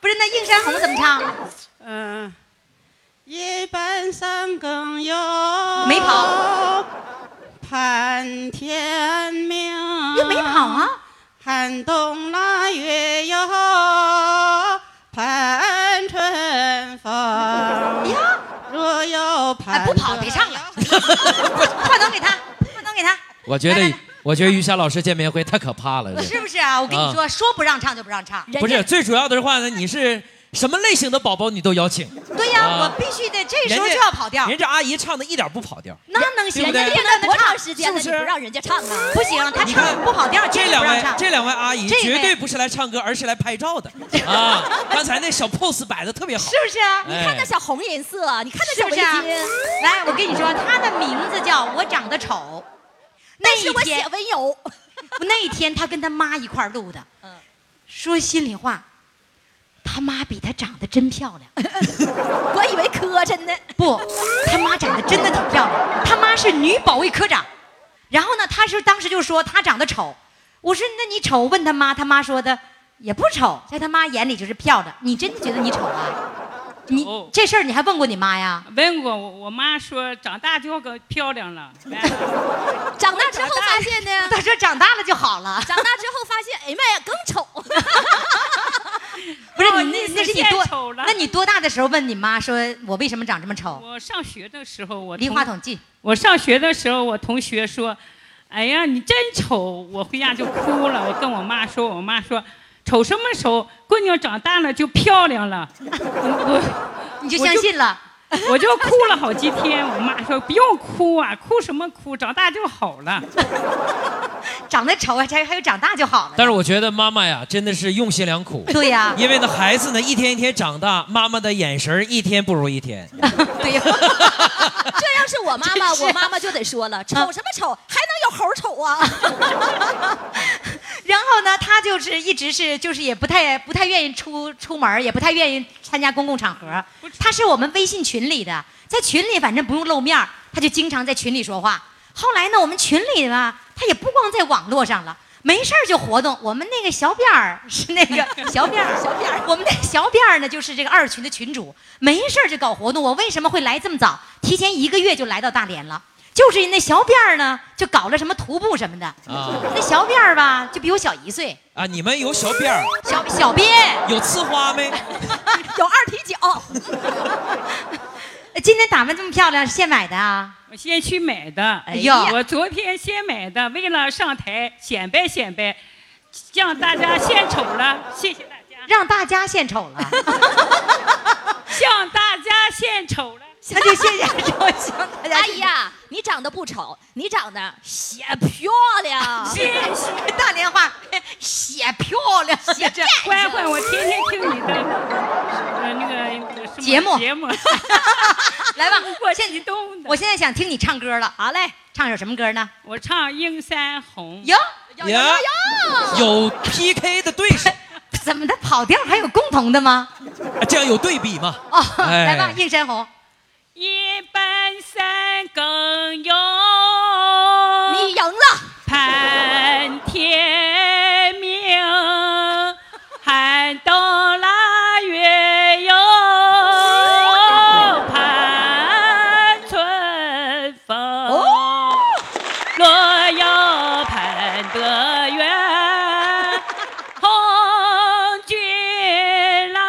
S4: 不是，那映山红怎么唱？
S15: 嗯，夜半三更哟，
S4: 没跑，
S15: 盼天明。
S4: 又没跑啊？
S15: 寒冬腊月哟，盼春风。若有盼、
S4: 哎不跑，别 唱了，话筒给他，话筒给他。
S7: 我觉得，我觉得于霞老师见面会太可怕了，这
S4: 是不是啊？我跟你说，说不让唱就不让唱，
S7: 呃不是
S4: 人家
S7: 最主要的是话呢，你是什么类型的宝宝你都邀请，
S4: 对呀、
S7: 啊
S4: 我必须得这时候
S7: 人
S4: 就
S7: 家
S4: 要跑调，
S7: 人家阿姨唱的一点不跑调。
S4: 那能行？
S7: 对不对
S4: 人家练了多长时
S5: 间了
S4: 是
S5: 你不让人家唱啊？
S4: 不行，他
S7: 你
S4: 唱
S7: 看
S4: 的不跑调，
S7: 这
S4: 绝对
S7: 两
S4: 不让
S7: 位
S4: 唱。
S7: 这两位阿姨
S4: 这位
S7: 绝对不是来唱歌，而是来拍照 的啊！刚才那小 pose 摆的特别好，
S5: 是不是啊？你看
S7: 哎
S5: 那小红颜色，你看那
S4: 是
S5: 小
S4: 不
S5: 围
S4: 是啊
S5: 巾，
S4: 来，我跟你说，他的名字叫我长得丑，
S5: 但
S4: 那
S5: 是
S4: 一
S5: 我
S4: 天
S5: 写文有。 嗯
S4: 那一天他跟他妈一块儿录的。说心里话，他妈比他长得真漂亮。
S5: 我以为磕碜呢。
S4: 不，他妈长得真的挺漂亮，他妈是女保卫科长。然后呢，他是当时就说他长得丑，我说那你丑？问他妈，他妈说的也不丑，在他妈眼里就是漂亮。你真的觉得你丑啊？你这事儿你还问过你妈呀？
S16: 问过我，我妈说长大就要个漂亮了。
S5: 长大之后发现呢，
S4: 他说长大了就好了。
S5: 长大之后发现，哎呀妈呀，更丑。
S4: 不是
S16: 哦
S4: 你
S16: 那
S4: 那
S16: 次
S4: 那是你
S16: 见
S4: 多
S16: 丑了
S4: 那你多大的时候问你妈说我为什么长这么丑？
S16: 我上学的时候，我
S4: 离
S16: 同
S4: 话筒近。
S16: 我上学的时候，我同学说：“哎呀，你真丑！”我回家就哭了。我跟我妈说，我妈说：“丑什么丑？姑娘长大了就漂亮了。我”
S4: 你就相信了
S16: 我就。我就哭了好几天。我妈说：“不用哭啊，哭什么哭？长大就好了。
S4: 长得丑还还有长大就好了。
S7: 但是我觉得妈妈呀，真的是用心良苦。
S4: 对呀
S7: 因为呢，孩子呢一天一天长大，妈妈的眼神儿一天不如一天。
S5: 这要是我妈 妈，
S4: 真是嗯
S5: 我妈妈就得说了，丑什么丑，还能有猴丑啊？
S4: 然后呢，他就是一直是就是也不太不太愿意出出门儿，也不太愿意参加公共场合。他是我们微信群里的，在群里反正不用露面儿，他就经常在群里说话。后来呢，我们群里吧，他也不光在网络上了。没事儿就活动，我们那个小辫儿是那个小辫儿，小辫儿，我们那小辫儿呢就是这个二群的群主，没事儿就搞活动。我为什么会来这么早？提前一个月就来到大连了，就是那小辫儿呢，就搞了什么徒步什么的。
S7: 啊
S4: 那小辫儿吧，就比我小一岁，
S7: 啊，你们有小辫儿，
S4: 小小辫，
S7: 有呲花没？
S4: 有二踢脚。 今天打扮这么漂亮，是现买的啊？
S16: 我先去买的。哎
S4: 呀
S16: 我昨天先买的，为了上台显摆显摆，让大家献丑了。谢谢大家，
S4: 让大家献丑了，
S16: 向大家献丑了。
S4: 那 就谢谢周星。
S5: 阿姨哎呀，你长得不丑，你长得显漂 亮。
S16: 谢谢。
S4: 大连话， 写漂亮，写 这
S16: 乖乖，我天天听你的呃那个什么
S4: 节目
S16: 节目，
S4: 来吧，
S16: 我激动的。
S4: 我现在想听你唱歌了。好嘞，唱首什么歌呢？
S16: 我唱《映山红》。
S4: 有
S16: 有
S7: 有有有 PK 的对手，
S4: 怎么的跑调还有共同的吗？
S7: 啊这样有对比嘛？
S4: 哦，
S7: 哎
S4: 来吧，映山红。
S16: 夜半三更哟，
S5: 你赢了。
S16: 盼天明，寒冬腊月哟，盼春风。若要盼得圆，红军来，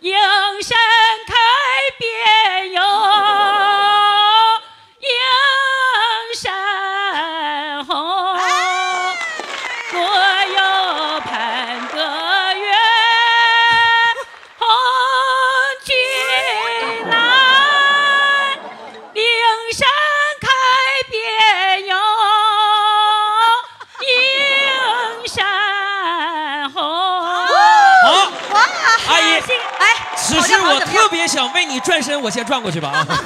S16: 映山开遍哟，映山红。若要盼得圆，红军来。岭山开遍哟，映山
S7: 好
S16: 红。
S4: 哇，
S7: 阿姨
S4: 哦哎，
S7: 此
S4: 跑
S7: 时
S4: 调跑
S7: 我
S4: 得怎么样
S7: 特别想为你转身，我先转过去吧啊！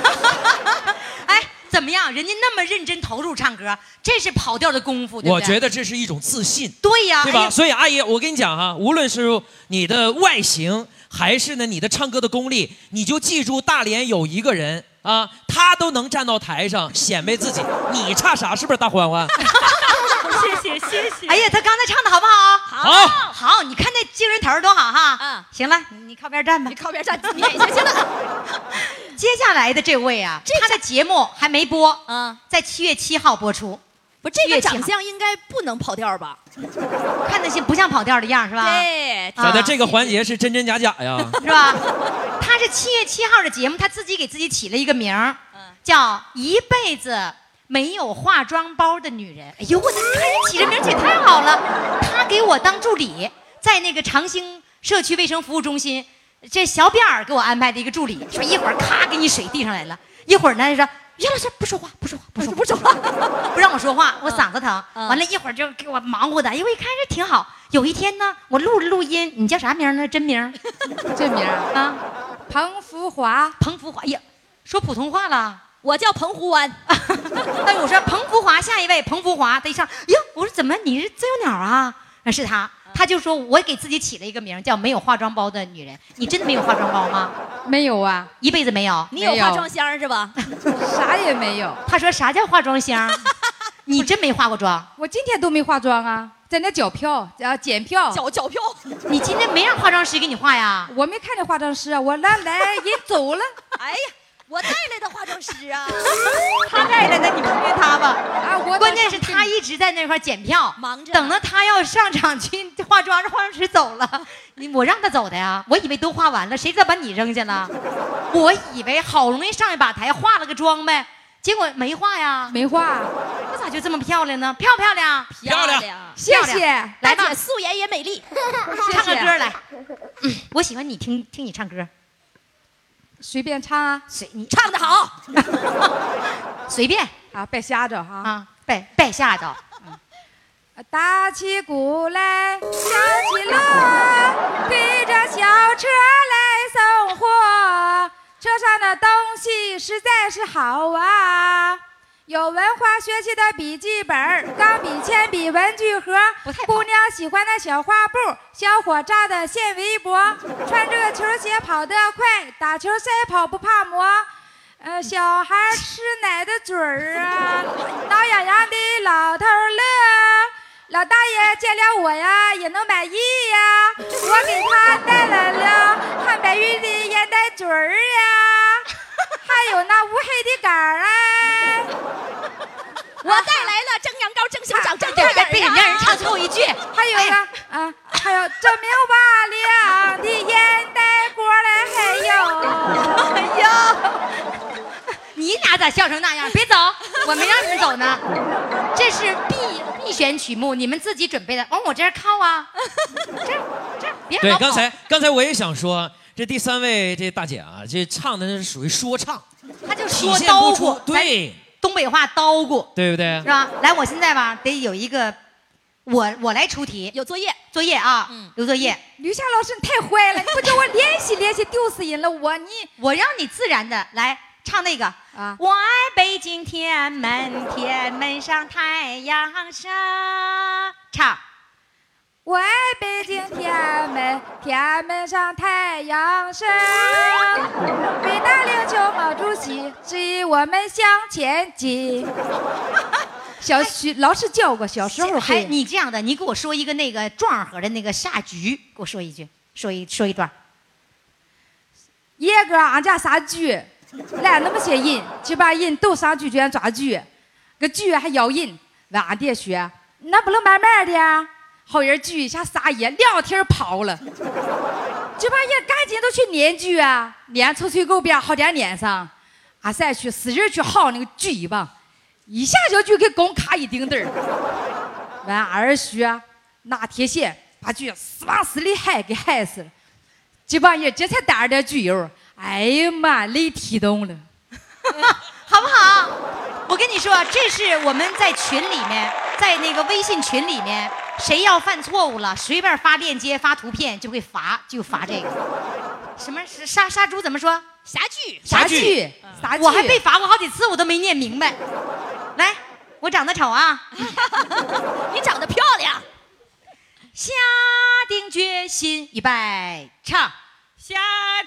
S4: 哎，怎么样？人家那么认真投入唱歌，这是跑调的功夫，对 不
S7: 我
S4: 对？
S7: 觉得这是一种自信，
S4: 对呀
S7: 对
S4: 哎
S7: 吧？
S4: 呀
S7: 所以阿姨，我跟你讲哈、无论是你的外形，还是呢你的唱歌的功力，你就记住大连有一个人啊，他都能站到台上显摆自己，你差啥？是不是大 欢
S4: 啊
S7: 欢？
S4: 谢谢谢谢。哎呀，他刚才唱的好不好？好，好，你看那精神头儿多好哈。嗯，行了，你你靠边站吧。你靠边 站，你
S5: 眼睛行
S4: 了。接下来的这位啊，他的节目还没播，嗯，在七月七号播出。
S5: 不，这个长
S4: 相。
S5: 相应该不能跑调吧？
S4: 看那些不像跑调的样儿是吧？
S5: 对
S7: 咋的？
S4: 啊
S7: 这个环节是真真假假呀？
S4: 是吧？他是七月七号的节目，他自己给自己起了一个名儿，叫“一辈子没有化妆包的女人”。哎呦，我的看人起这名儿起太好了！他给我当助理，在那个长兴社区卫生服务中心，这小辫儿给我安排的一个助理，说一会儿咔给你水递上来了，一会儿呢就说。袁老师不说话，不说话，不说话，不说话， 不让我说话，我嗓子疼。完了，一会儿就给我忙活的，因为一看这挺好。有一天呢，我录着录音，你叫啥名儿呢？真名儿？ 这名儿啊，彭福华，彭福华，哎呀，说普通话了，我叫彭福湾。 但是我说彭福华，下一位彭福华，他一上，哟，我说怎么你是自由鸟啊？那是他，他就说我给自己起了一个名儿叫没有化妆包的女人。你真的没有化妆包吗？没有啊，一辈子没有。
S5: 你有化妆箱是吧？
S13: 啥也没有。
S4: 他说啥叫化妆 箱？你真没化过妆？
S13: 我今天都没化妆啊，在那缴票啊，检票，
S5: 缴缴票。
S4: 你今天没让化妆师给你化呀？
S13: 我没看见化妆师啊，我那来人走了。
S5: 哎呀，我带来的化妆师啊，
S4: 他带来的，你看看他吧。啊，
S13: 我
S4: 关键是他一直在那块儿检票，
S5: 忙着
S4: 等到他要上场去化妆，让化妆师走了， 你我让他走的呀。我以为都化完了，谁知道把你扔下 了？我以为好容易上一把台，化了个妆呗，结果没化呀，
S13: 没化。
S4: 我咋就这么漂亮呢？漂不漂亮？
S5: 漂亮
S13: 谢
S4: 漂亮
S13: 谢
S4: 来
S5: 大
S4: 吧
S5: 姐，素颜也美丽。
S4: 唱个歌来。嗯我喜欢你听听你唱歌，
S13: 随便唱啊，
S4: 随你
S5: 唱的 好，
S4: 随便
S13: 啊，别吓着哈
S4: 啊，别别吓着。
S13: 打起啊鼓来，响起锣，推着小车来送货，车上的东西实在是好啊。有文化学习的笔记本儿、钢笔、铅笔、文具盒，姑娘喜欢的小花布，小伙扎的线围脖，穿这个球鞋跑得快，打球赛跑不怕磨。呃，小孩儿吃奶的嘴儿啊， 挠痒痒的老头儿乐。老大爷见了我呀，也能满意呀。我给他带来 了汉白玉的烟袋嘴儿呀，还有那乌黑的杆儿啊。 我带来了蒸羊羔、蒸熊掌、蒸
S4: 点儿啊
S13: 还有呢，啊，还有证明瓦亮的烟袋锅儿嘞，还有，哎呦。
S4: 你俩咋笑成 那样？别走，我没让你们走呢。这是必必选曲目，你们自己准备的，往我这儿靠 啊。这这别让
S7: 对
S4: 我，跑
S7: 刚才刚才我也想说，这第三位这大姐啊，这唱的是属于说唱，
S4: 他就
S7: 体
S4: 说
S7: 现
S4: 叨
S7: 不出
S4: 咕，
S7: 对
S4: 东北话叨咕
S7: 对不对
S4: 是？吧？来，我现在吧得有一个，我我来出题，有作业作业啊，有作业。
S13: 吕夏老师，你太坏了，你不叫我练习练习，丢死人了！我你
S4: 我让你自然的来唱那个啊，我爱北京天安门，天安门上太阳升，唱。
S13: 我爱北京天安门，天安门上太阳升。伟大领袖毛主席指引我们向前进。小学老师教过，小时候
S4: 还
S13: 会。
S4: 你这样的，你给我说一个那个壮和的那个下局，给我说一句，说一说一段。
S13: 叶哥，俺家啥啊剧？来那么些人，七八人都上剧卷抓剧，个剧还咬人。问俺爹学， 那不能慢慢的呀？好人剧一下撒野，两天跑了。这帮人赶紧都去撵剧啊，撵臭水沟边好点撵上。俺再去使劲去薅那个剧尾巴，一下小剧给拱卡一丁点儿。完儿学拿铁线把剧死往死里害给害死了。这帮人这才打着点剧油，哎呀妈，累踢动了。
S4: 好不好？我跟你说，这是我们在群里面，在那个微信群里面，谁要犯错误了，随便发链接、发图片就会罚，就罚这个。什么是杀杀猪怎么说？杀剧，
S5: 杀剧杀剧
S4: 我还被罚过好几次，我都没念明白。来，我长得丑啊，你长得漂亮。下定决心，预备，唱。
S16: 下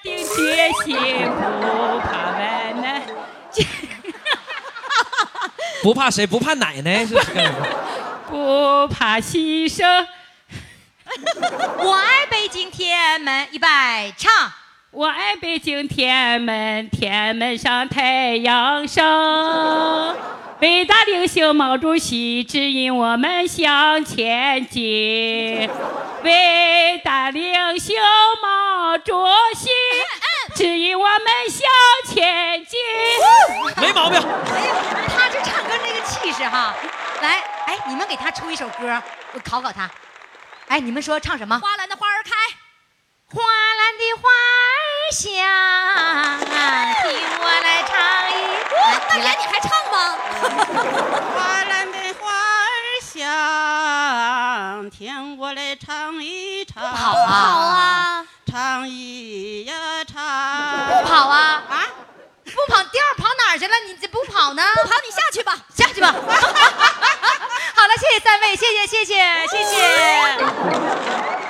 S16: 定决心不怕外难，
S7: 不怕谁？不怕奶奶是干什么？
S16: 不怕牺牲。
S4: 我爱北京天安 门，预备，唱。
S16: 我爱北京天安门，天安门上太阳升。伟大领袖毛主席指引我们向前进。伟大领袖毛主席指引我们向前进。
S7: 没毛病。
S4: 哎他这唱歌那个气势哈，来，哎，你们给他出一首歌，我考考他。哎，你们说唱什么？
S5: 花篮的花儿开，
S4: 花篮的花儿香，听我来唱
S15: 哦
S5: 大
S4: 一。来
S5: 姐，你还唱吗？
S15: 花篮的花儿香，听我来唱一唱。不
S4: 好啊不好啊，
S15: 唱一呀唱。
S4: 不跑啊啊！不跑，调儿跑哪儿去了？你这不跑呢？不
S5: 跑，你下去吧，
S4: 下去吧。 好了，谢谢三位，谢谢，谢谢，谢谢。